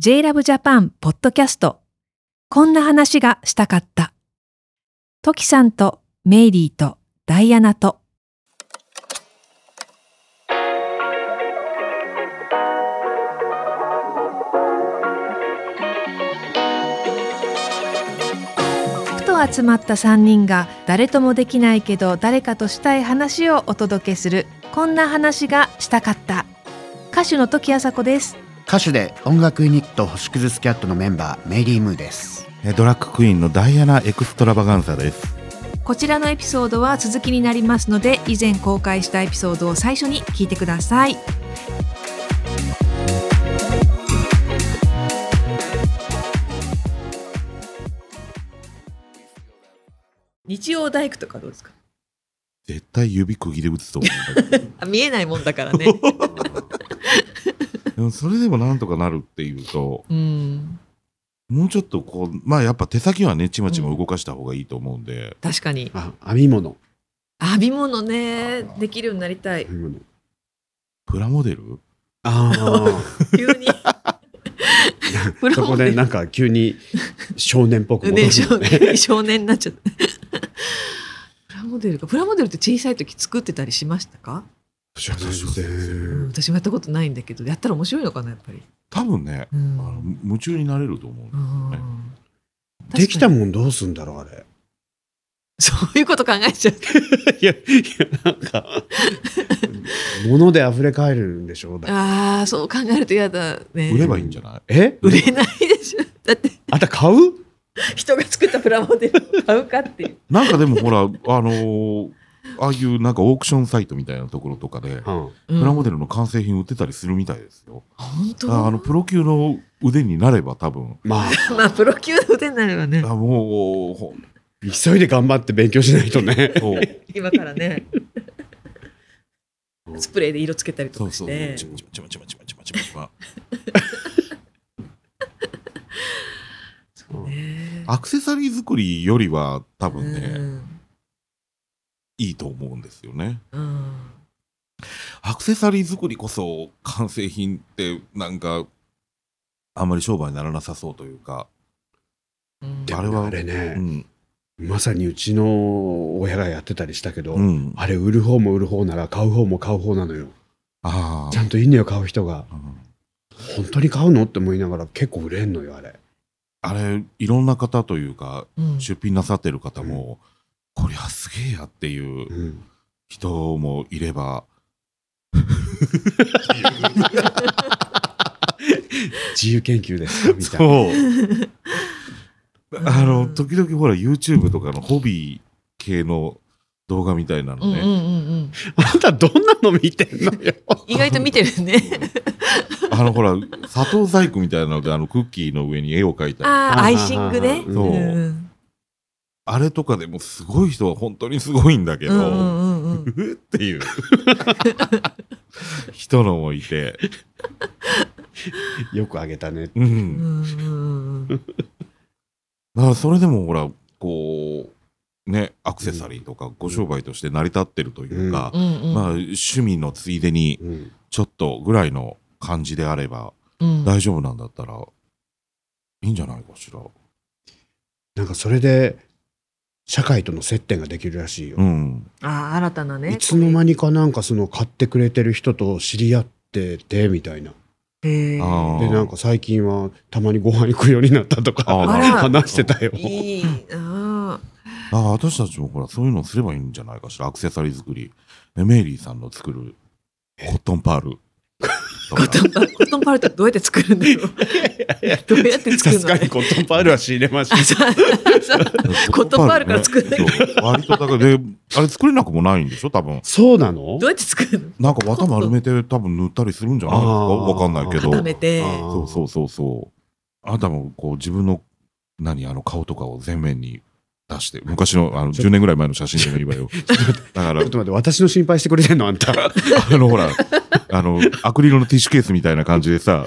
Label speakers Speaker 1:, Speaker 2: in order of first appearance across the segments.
Speaker 1: JLAB JAPAN ポッドキャストこんな話がしたかった。トキさんとメイリーとダイアナとふと集まった3人が誰ともできないけど誰かとしたい話をお届けするこんな話がしたかった歌手の時あさこです
Speaker 2: 歌手で音楽ユニット星屑スキャットのメンバーメイリー・ムーです
Speaker 3: えドラッグクイーンのダイアナ・エクストラバガンサです。
Speaker 1: こちらのエピソードは続きになりますので以前公開したエピソードを最初に聞いてください日曜大工とかどうですか
Speaker 3: 絶対指釘で打つと思
Speaker 1: あ見えないもんだ からね
Speaker 3: う。でもそれでもなんとかなるっていうと、
Speaker 1: うん
Speaker 3: もうちょっとこう、まあやっぱ手先はね、ちまちま動かした方がいいと思うんで、
Speaker 1: 確かに
Speaker 2: あ編み物
Speaker 1: 編み物ねできるようになりたい
Speaker 2: 編み物
Speaker 3: プラモデル
Speaker 2: あ
Speaker 1: 急に プ
Speaker 2: あ
Speaker 1: ロ
Speaker 2: そこでなんか急に少年っぽく戻
Speaker 1: ね、
Speaker 2: る
Speaker 1: 少
Speaker 2: よね
Speaker 1: 年 少年になっちゃった。プラモデルか。プラモデルって小さい時作ってたりしましたか、
Speaker 3: 全
Speaker 1: うん、
Speaker 2: 然
Speaker 1: 私もやったことないんだけど、やったら面白いのかな、やっぱり。
Speaker 3: 多分ね、
Speaker 1: う
Speaker 3: あの
Speaker 1: ん。
Speaker 3: 夢中になれると思う。
Speaker 1: うん
Speaker 2: できた
Speaker 1: ん。
Speaker 2: もんどうすんだろうあれ
Speaker 1: そういうこと考えちゃう。
Speaker 2: いやいやなんか物で溢れ返るんでしょうだ
Speaker 1: ああ、そう考えると嫌だね。
Speaker 3: 売ればいいんじゃない
Speaker 2: え
Speaker 1: 売れないでしょ。だって、
Speaker 2: あんた買う
Speaker 1: 人が作ったプラモデルを買うかっていう。
Speaker 3: なんかでも ほら、あのーああいうなんかオークションサイトみたいなところとかで、
Speaker 2: うん
Speaker 1: プ
Speaker 3: プラモ
Speaker 1: デ
Speaker 3: デ
Speaker 1: ル。
Speaker 3: ルの完成品売ってたりするみたいですよ。
Speaker 1: 本当
Speaker 3: ああの、プロ級の腕になれば多 分、
Speaker 2: まあ
Speaker 1: まあ、プロ級の腕になればね
Speaker 3: あ。もうほん
Speaker 2: 急いで頑張って勉強しないとね
Speaker 3: と、
Speaker 1: 今からね。スプレーで色つけたりと
Speaker 3: そう
Speaker 1: かし
Speaker 3: そう。
Speaker 1: て。
Speaker 3: ちまちまちまちまちまちまちまちま。
Speaker 1: ね
Speaker 3: アクセサリー作りよりは多分ね、
Speaker 1: うん
Speaker 3: いいと思うんですよね。
Speaker 1: うん
Speaker 3: アクセサリー作りこそ完成品ってなんかあんまり商売にならなさそうというか、
Speaker 1: うん
Speaker 2: で
Speaker 3: あれは
Speaker 2: もあれ
Speaker 3: う
Speaker 2: ね、
Speaker 3: ん、
Speaker 2: まさにうちの親がやってたりしたけど、
Speaker 3: うん、
Speaker 2: あれ売る方も売る方なら買う方も買う方なのよ
Speaker 3: あ
Speaker 2: ちゃ
Speaker 3: あ、
Speaker 2: んといいのよ買う人が
Speaker 3: うん
Speaker 2: 本当に買うのって思いながら結構売れんのよあれ
Speaker 3: あれいろんな方というか
Speaker 1: うん
Speaker 3: 出品なさってる方も、こりゃすげえやっていう
Speaker 2: うん
Speaker 3: 人もいれば、
Speaker 2: 自由研究ですかみたいな
Speaker 3: そうあの時々ほら YouTube とかのホビー系の動画みたいなの
Speaker 1: うんうんう
Speaker 3: ね、
Speaker 1: んうん
Speaker 2: あんたどんなの見てんのよ
Speaker 1: 意外と見てるね。
Speaker 3: あのほら砂糖細工みたいなのであのクッキーの上に絵を描いたり
Speaker 1: ああ、アイシングね。
Speaker 2: そう
Speaker 1: うん
Speaker 3: あれとかでもすごい人は本当にすごいんだけ
Speaker 1: うんう
Speaker 3: ど、
Speaker 1: んうんう。
Speaker 3: うんふっていう 人のもいて、
Speaker 2: よくあげたね
Speaker 3: う
Speaker 1: うん
Speaker 3: ん、
Speaker 1: うんうんうん
Speaker 3: だからそれでもほらこうねアクセサリーとかご商売として成り立ってるというか、
Speaker 1: うんうん
Speaker 3: まあ、趣味のついでに
Speaker 2: うん
Speaker 3: ちょっとぐらいの感じであれば
Speaker 1: うん
Speaker 3: 大丈夫なんだったらいいんじゃないかしら。
Speaker 2: なんかそれで社会との接点ができるらしいよ、
Speaker 3: うん、
Speaker 1: ああ、新たなね。
Speaker 2: いつの間にかなんかその買ってくれてる人と知り合っててみたいな
Speaker 1: へえ
Speaker 3: あ
Speaker 2: でなんか最近はたまにご飯行くようになったとか
Speaker 3: あ
Speaker 1: あら
Speaker 2: 話してたよ
Speaker 1: いいなあ。
Speaker 3: ああ私たちもほらそういうのすればいいんじゃないかしらアクセサリー作りねメイリーさんの作るコットンパールと
Speaker 1: コ
Speaker 3: か
Speaker 1: ットンパルコットンパルってどうやって作るんだろう。どうやって
Speaker 2: さ
Speaker 1: 作る
Speaker 2: す
Speaker 1: の
Speaker 2: がにコットンパールは仕入れまし
Speaker 1: あ
Speaker 2: た
Speaker 1: そうそうコットンパールから作んなきゃ
Speaker 3: そう割とだからであれ作れなくもないんでしょ多分
Speaker 2: そうなの
Speaker 1: どうやって作るの
Speaker 3: なんか綿丸めて多分塗ったりするんじゃないですか
Speaker 2: あー
Speaker 3: わかんないけど
Speaker 1: 固めて。
Speaker 2: あ
Speaker 3: そうそうそうそうあなたもこう自分の何あの顔とかを前面に出して昔のあの10年ぐらい前の写真でもいいわよだか ら
Speaker 2: ちょっと待って私の心配してくれてんのあんた
Speaker 3: あのほらあのアクリルのティッシュケースみたいな感じでさ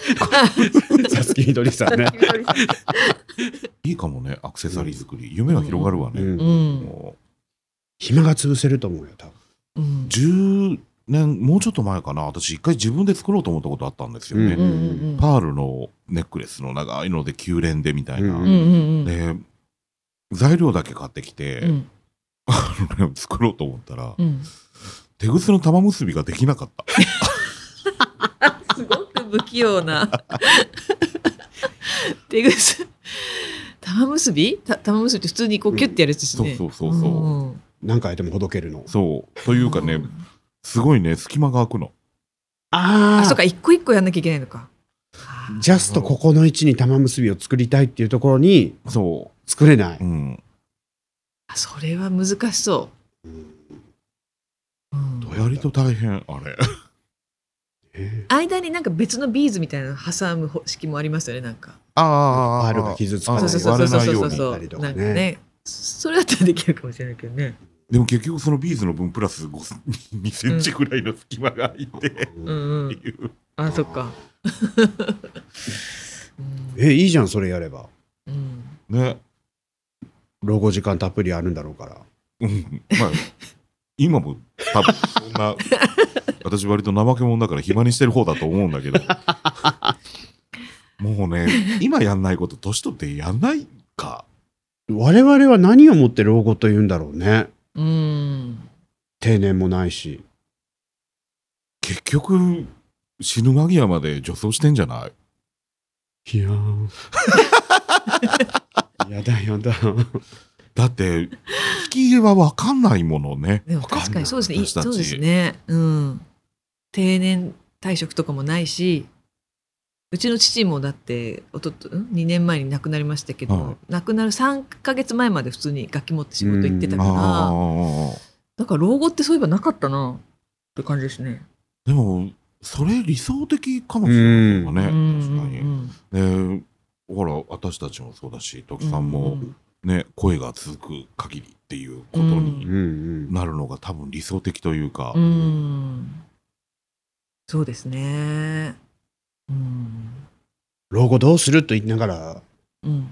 Speaker 2: さつきみどりさんね、
Speaker 3: いいかもねアクセサリー作り夢は広がるわ
Speaker 2: う
Speaker 3: ね、
Speaker 2: ん
Speaker 1: うん
Speaker 3: も
Speaker 2: 暇が潰せると思うよ多分
Speaker 1: うん
Speaker 3: う10年、もうちょっと前かな、私一回自分で作ろうと思ったことあったんですよ
Speaker 2: う
Speaker 3: ね
Speaker 2: ん。
Speaker 3: パールのネックレスの長いので9連でみたいな。
Speaker 2: うん
Speaker 1: うんうんうん
Speaker 3: で、材料だけ買ってきて、
Speaker 1: うん
Speaker 3: あのね 作ろうと思ったら、
Speaker 1: うん
Speaker 3: 手ぐすの玉結びができなかった。
Speaker 1: すごく不器用な手ぐす玉結びた玉結びって普通にこうキュッてやるやつです
Speaker 3: そう
Speaker 1: ね、
Speaker 3: そうそうそう。
Speaker 1: んん
Speaker 2: 何回でもほどけるの。
Speaker 3: そう。というかね、すごいね、隙間が空くの。
Speaker 2: あ
Speaker 1: あ
Speaker 2: あ
Speaker 1: そうか一個一個やんなきゃいけないのか
Speaker 2: ジャストここの位置に玉結びを作りたいっていうところに
Speaker 3: そ。
Speaker 2: 作れないう
Speaker 3: う。ん。
Speaker 1: あそれは難しそ
Speaker 2: うん
Speaker 1: う、うん
Speaker 2: どう
Speaker 3: 割と大変、あれ。
Speaker 2: え
Speaker 1: 間になんか別のビーズみたいなの挟む方式もありますよねなんか
Speaker 3: あ
Speaker 2: パールが傷つか
Speaker 3: あ
Speaker 2: ない
Speaker 1: そ
Speaker 2: う
Speaker 1: そうそう
Speaker 3: 割れ
Speaker 1: そう
Speaker 3: ないよ
Speaker 1: そうう
Speaker 3: に
Speaker 1: そ
Speaker 2: な
Speaker 1: う
Speaker 2: ったりと
Speaker 1: な
Speaker 2: か
Speaker 1: んか
Speaker 2: ね
Speaker 1: ねそれだったらできるかもしれないけどね
Speaker 3: でも結局そのビーズの分プラス5 2センチぐらいの隙間が空いて、
Speaker 1: う
Speaker 2: うん
Speaker 1: んう
Speaker 3: っ
Speaker 1: ん
Speaker 3: ていう。
Speaker 1: あそっかうん
Speaker 2: えいいじゃんそれやれば。
Speaker 1: うん
Speaker 3: ね。
Speaker 2: 老後時間たっぷりあるんだろうから。
Speaker 3: うん。まあ、今も多分そんな、 私割と怠け者だから暇にしてる方だと思うん だけど。もうね、今やんないこと、年取ってやんないか。
Speaker 2: 我々は何をもって老後というんだろうね。
Speaker 1: うん
Speaker 2: 定年もないし。
Speaker 3: 結局、死ぬ間際まで女装してんじゃない
Speaker 2: いやー やだやだ。
Speaker 3: だって、スキーはわかんないものね。
Speaker 1: でも
Speaker 2: わかんない
Speaker 1: 確かにそうですねい
Speaker 3: 私たち
Speaker 1: そうですねうん定年退職とかもないしうちの父もだっておととん2年前に亡くなりましたけど、
Speaker 3: はい
Speaker 1: 亡くなる3ヶ月前まで普通に楽器持って仕事行ってた
Speaker 2: だ
Speaker 1: か
Speaker 3: あ
Speaker 1: ら
Speaker 3: あ。
Speaker 1: だから老後ってそういえばなかったなって感じですね。
Speaker 3: でも、それ理想的かもしれないよね。
Speaker 1: う
Speaker 3: 確かに。
Speaker 1: ん
Speaker 3: で、ほら、私たちもそうだし、時さんもね、声が続く限りっていうこと
Speaker 2: う
Speaker 3: に
Speaker 2: んうん。
Speaker 3: なるのが多分理想的というか
Speaker 1: うん、う、ん、そうですね。うん
Speaker 2: 老後どうすると言いながら
Speaker 1: うん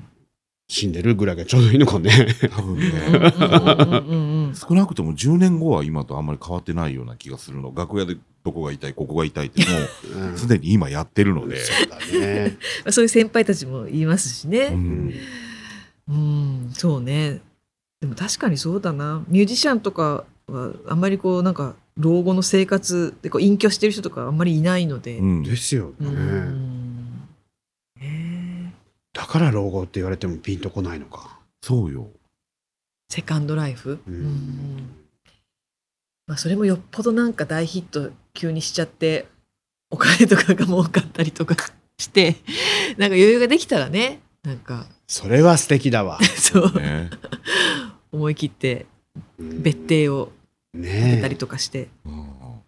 Speaker 2: 死んでるぐらいがちょうどいいのかね。
Speaker 3: 多分
Speaker 1: うん
Speaker 3: ね、
Speaker 1: うんう んうんうん
Speaker 3: 少なくとも10年後は今とあんまり変わってないような気がするの。楽屋でどこが痛い、ここが痛いっても
Speaker 2: う
Speaker 3: う、
Speaker 2: ん
Speaker 3: すでに今やってるので。
Speaker 2: そうだね。
Speaker 1: まあそういう先輩たちも言いますしね。
Speaker 3: う
Speaker 2: うんん
Speaker 1: うん、そうね。でも確かにそうだな。ミュージシャンとかはあんまりこうなんか老後の生活でこう隠居してる人とかあんまりいないので。
Speaker 3: うん
Speaker 2: ですよ
Speaker 1: う
Speaker 2: ね。
Speaker 1: んねえ
Speaker 2: だから老後って言われてもピンとこないのか。
Speaker 3: そうよ。
Speaker 1: セカンドライフ。
Speaker 2: うん
Speaker 1: まあそれもよっぽどなんか大ヒット急にしちゃってお金とかが儲かったりとかしてなんか余裕ができたらねなんか
Speaker 2: それは素敵だわ。
Speaker 1: そう
Speaker 3: ね。
Speaker 1: 思い切って 別
Speaker 2: 別
Speaker 1: 邸を建てたり
Speaker 2: ね
Speaker 1: とかして。
Speaker 3: うん
Speaker 1: っ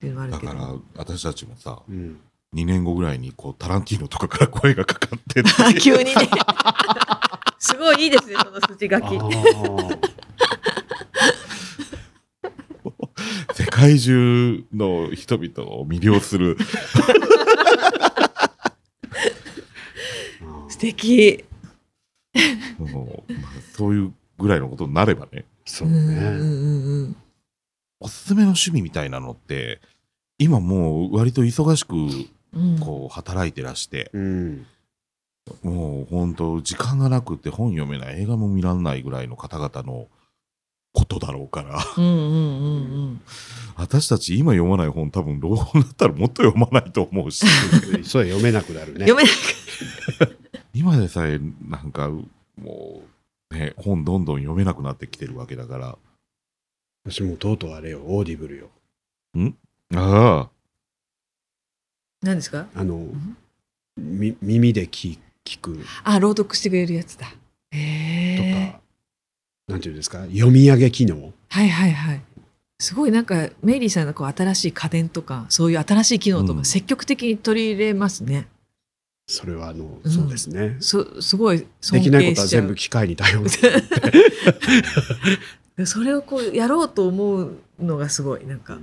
Speaker 1: ていうのはある
Speaker 3: だ
Speaker 1: けど
Speaker 3: から、私たちもさ、
Speaker 2: え。うん
Speaker 3: 2年後ぐらいにこうタランティーノとかから声がかかって って
Speaker 1: あ 急にね。すごいいいですね、その筋書
Speaker 2: あ
Speaker 1: き。
Speaker 2: ー
Speaker 3: 世界中の人々を魅了する
Speaker 1: 素敵。
Speaker 3: もう、まあ、そういうぐらいのことになればね
Speaker 2: そううん
Speaker 1: うん
Speaker 2: ね。
Speaker 1: うん
Speaker 3: おすすめの趣味みたいなのって今もう割と忙しく
Speaker 1: うん。うん
Speaker 3: こう働いてらして
Speaker 2: うん。
Speaker 3: もう本当時間がなくて本読めない映画も見らんないぐらいの方々のことだろうから
Speaker 1: うんうんうんうん。
Speaker 3: 私たち今読まない本多分老後になったらもっと読まないと思う し
Speaker 2: そう読めなくなるね
Speaker 1: 読。めない
Speaker 3: 今でさえなんかもうね本どんどん読めなくなってきてるわけだから
Speaker 2: 私もうとうとうあれよ、オーディブルよ。
Speaker 3: ああ
Speaker 1: 何ですか
Speaker 2: あの、み耳で聞聞く
Speaker 1: あ、朗読してくれるやつだ。へ
Speaker 2: と
Speaker 1: え。
Speaker 2: か、なんていうんですか、読み上げ機能。
Speaker 1: はいはいはい。すごいなんかメイリーさんのこう新しい家電とかそういう新しい機能と
Speaker 3: う
Speaker 1: か
Speaker 3: ん
Speaker 1: 積極的に取り入れますね。
Speaker 2: それはあの、
Speaker 1: うん
Speaker 2: そうですね。
Speaker 1: そすごい尊
Speaker 2: できない
Speaker 1: 敬
Speaker 2: ことは
Speaker 1: しちゃ
Speaker 2: 全部
Speaker 1: う。
Speaker 2: 機械に頼 む。
Speaker 1: それをこう やろうと思うのがすごいなんか。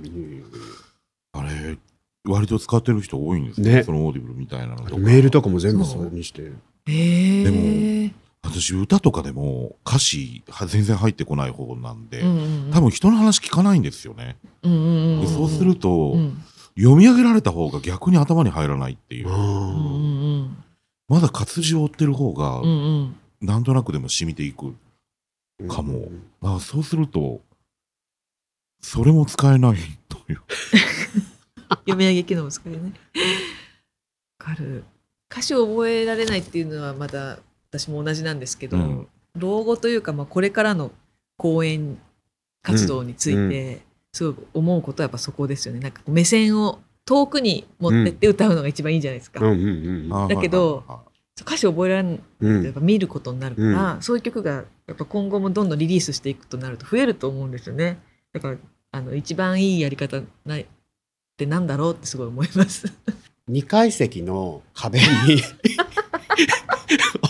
Speaker 3: あれ、割と使ってる人多いんですね。
Speaker 2: ね
Speaker 3: そのオーディブルみたいなのとか。
Speaker 2: メールとかも全部そうにして。
Speaker 1: へえ。
Speaker 3: でも私私歌とかでも歌詞は全然入ってこない方なんで、
Speaker 1: うんうんうん
Speaker 3: 多分人の話聞かないんですよね、
Speaker 1: うんうんうん
Speaker 3: でそうすると、
Speaker 1: うん
Speaker 3: 読み上げられた方が逆に頭に入らないっていう、
Speaker 1: うんうんうん
Speaker 3: まだ活字を追ってる方が、
Speaker 1: うんうん
Speaker 3: なんとなくでも染みていくかもだからそうするとそれも使えないという
Speaker 1: 読み上げ機能も使えない。わかる。歌詞を覚えられないっていうのはまだ私も同じなんですけど、
Speaker 3: うん
Speaker 1: 老後というか、まあ、これからの講演活動についてすごい思うことはやっぱそこですよね。なんかこう目線を遠くに持ってって歌うのが一番いいんじゃないですか。
Speaker 2: うんうんうん
Speaker 1: だけど歌詞を覚えられない
Speaker 2: うん
Speaker 1: やっぱ見ることになるから、そういう曲がやっぱ今後もどんどんリリースしていくとなると増えると思うんですよねだからあの一番いいやり方ないってなんだろうってすごい思います
Speaker 2: 2階席の壁に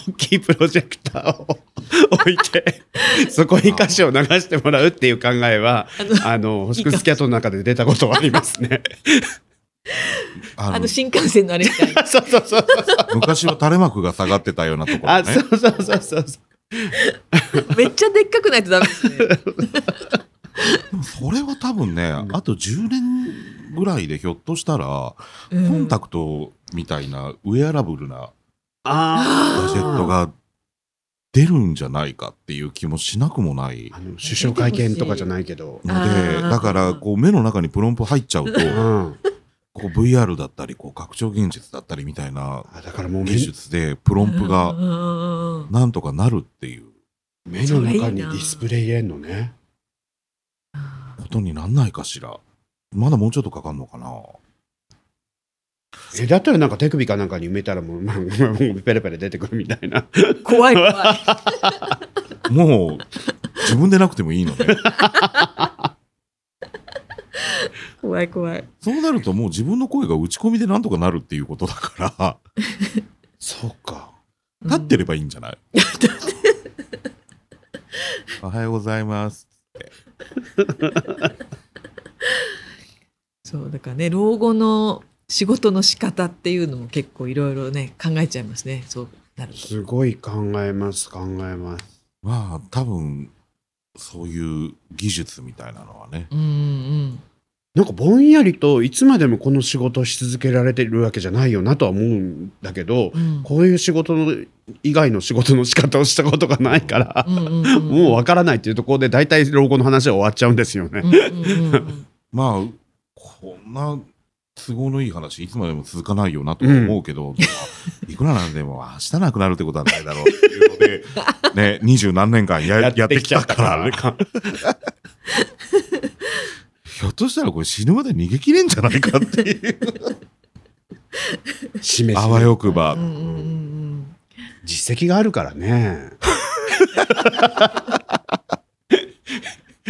Speaker 2: 大きいプロジェクターを置いてそこに歌詞を流してもらうっていう考えは
Speaker 1: あの
Speaker 2: あの星屑キャットの中で出たことはありますね。
Speaker 3: あの
Speaker 1: あの新幹線 のあれみたいに
Speaker 2: そうそうそうそう
Speaker 3: 昔は垂れ幕が下がってたようなところ
Speaker 2: あ
Speaker 3: ね
Speaker 2: そうそうそうそうそ
Speaker 1: めっちゃでっかくないとダメです ね
Speaker 3: でもそれは多分ね、
Speaker 2: うん
Speaker 3: あと10年ぐらいでひょっとしたら、
Speaker 1: うん
Speaker 3: コンタクトみたいなウェアラブルな
Speaker 2: あ
Speaker 3: ガジェットが出るんじゃないかっていう気もしなくもない
Speaker 2: あの首相会見とかじゃないけど、
Speaker 3: ので
Speaker 1: あー
Speaker 3: だからこう目の中にプロンプ入っち ゃうと
Speaker 2: うん、
Speaker 3: こう VR だったりこう拡張現実だったりみたいな
Speaker 2: あだからもう目
Speaker 3: 技術でプロンプ
Speaker 1: うん
Speaker 3: が
Speaker 1: うんうんうん
Speaker 3: なんとかなるっていう
Speaker 2: 目の中にディスプレイ入れんのね。
Speaker 3: ことになんないかしらまだもうちょっとかかんのかな
Speaker 2: えだったらなんか手首かなんかに埋めたらもうまあもうペレペレ出てくるみたいな。
Speaker 1: 怖い怖い
Speaker 3: もう自分でなくてもいいので
Speaker 1: 怖い怖い
Speaker 3: そうなるともう自分の声が打ち込みでなんとかなるっていうことだから
Speaker 2: そうか。
Speaker 3: 立って
Speaker 1: る
Speaker 3: ればいいんじゃない、おはようございます
Speaker 1: そうだからね老後の仕事の仕方っていうのも結構いろいろね考えちゃいますねそうなると
Speaker 2: すごい考えます考えます。
Speaker 3: まあ多分そういう技術みたいなのはね
Speaker 1: うんうん
Speaker 2: なんかぼんやりといつまでもこの仕事をし続けられてるわけじゃないよなとは思うんだけど、
Speaker 1: うん
Speaker 2: こういう仕事の以外の仕事の仕方をしたことがないから、
Speaker 1: うんうんうん
Speaker 2: もうわからないっていうところで大体老後の話は終わっちゃうんですよね。
Speaker 1: うんうんうん
Speaker 3: まあこんな都合のいい話いつまでも続かないよなとは思うけど、まあいくらなんでも明日なくなるってことはないだろうっていうので ね二十何年間ややってきたから、
Speaker 2: か
Speaker 3: ひょっとしたらこれ死ぬまで逃げ切れんじゃない かっていう
Speaker 2: ら。しめし
Speaker 3: あ
Speaker 2: め
Speaker 3: わよくば、
Speaker 1: うんうんうんうん
Speaker 2: 実績があるからね。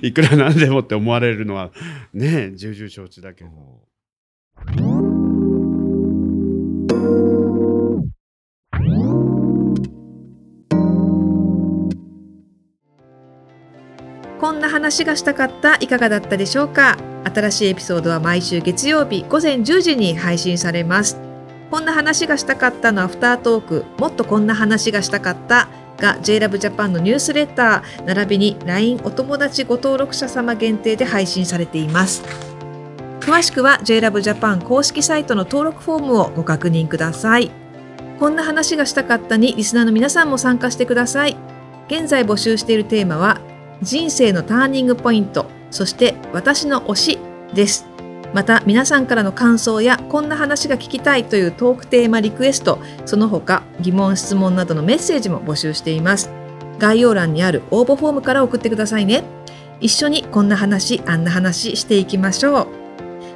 Speaker 2: いくらなんでもって思われるのはね重々承知だけど。
Speaker 1: こんな話がしたかったいかがだったでしょうか新しいエピソードは毎週月曜日午前10時に配信されますこんな話がしたかったのアフタートークもっとこんな話がしたかったが j l o v e j a p a n のニュースレター並びに LINE お友達ご登録者様限定で配信されています詳しくは j l o v e j a p a n 公式サイトの登録フォームをご確認くださいこんな話がしたかったにリスナーの皆さんも参加してください現在募集しているテーマは人生のターニングポイントそして私の推しですまた皆さんからの感想やこんな話が聞きたいというトークテーマリクエストその他疑問質問などのメッセージも募集しています概要欄にある応募フォームから送ってくださいね一緒にこんな話あんな話していきましょう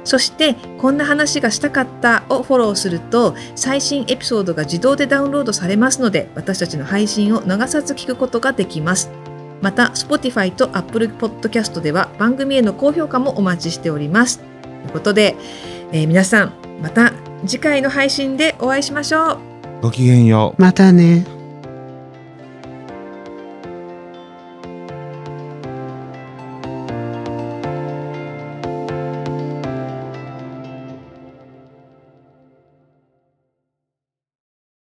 Speaker 1: そして「こんな話がしたかった」をフォローすると最新エピソードが自動でダウンロードされますので私たちの配信を逃さず聞くことができますまた Spotify と Apple Podcast では番組への高評価もお待ちしております。ということで、えー皆さんまた次回の配信でお会いしましょう。
Speaker 3: ごきげんよう
Speaker 2: またね。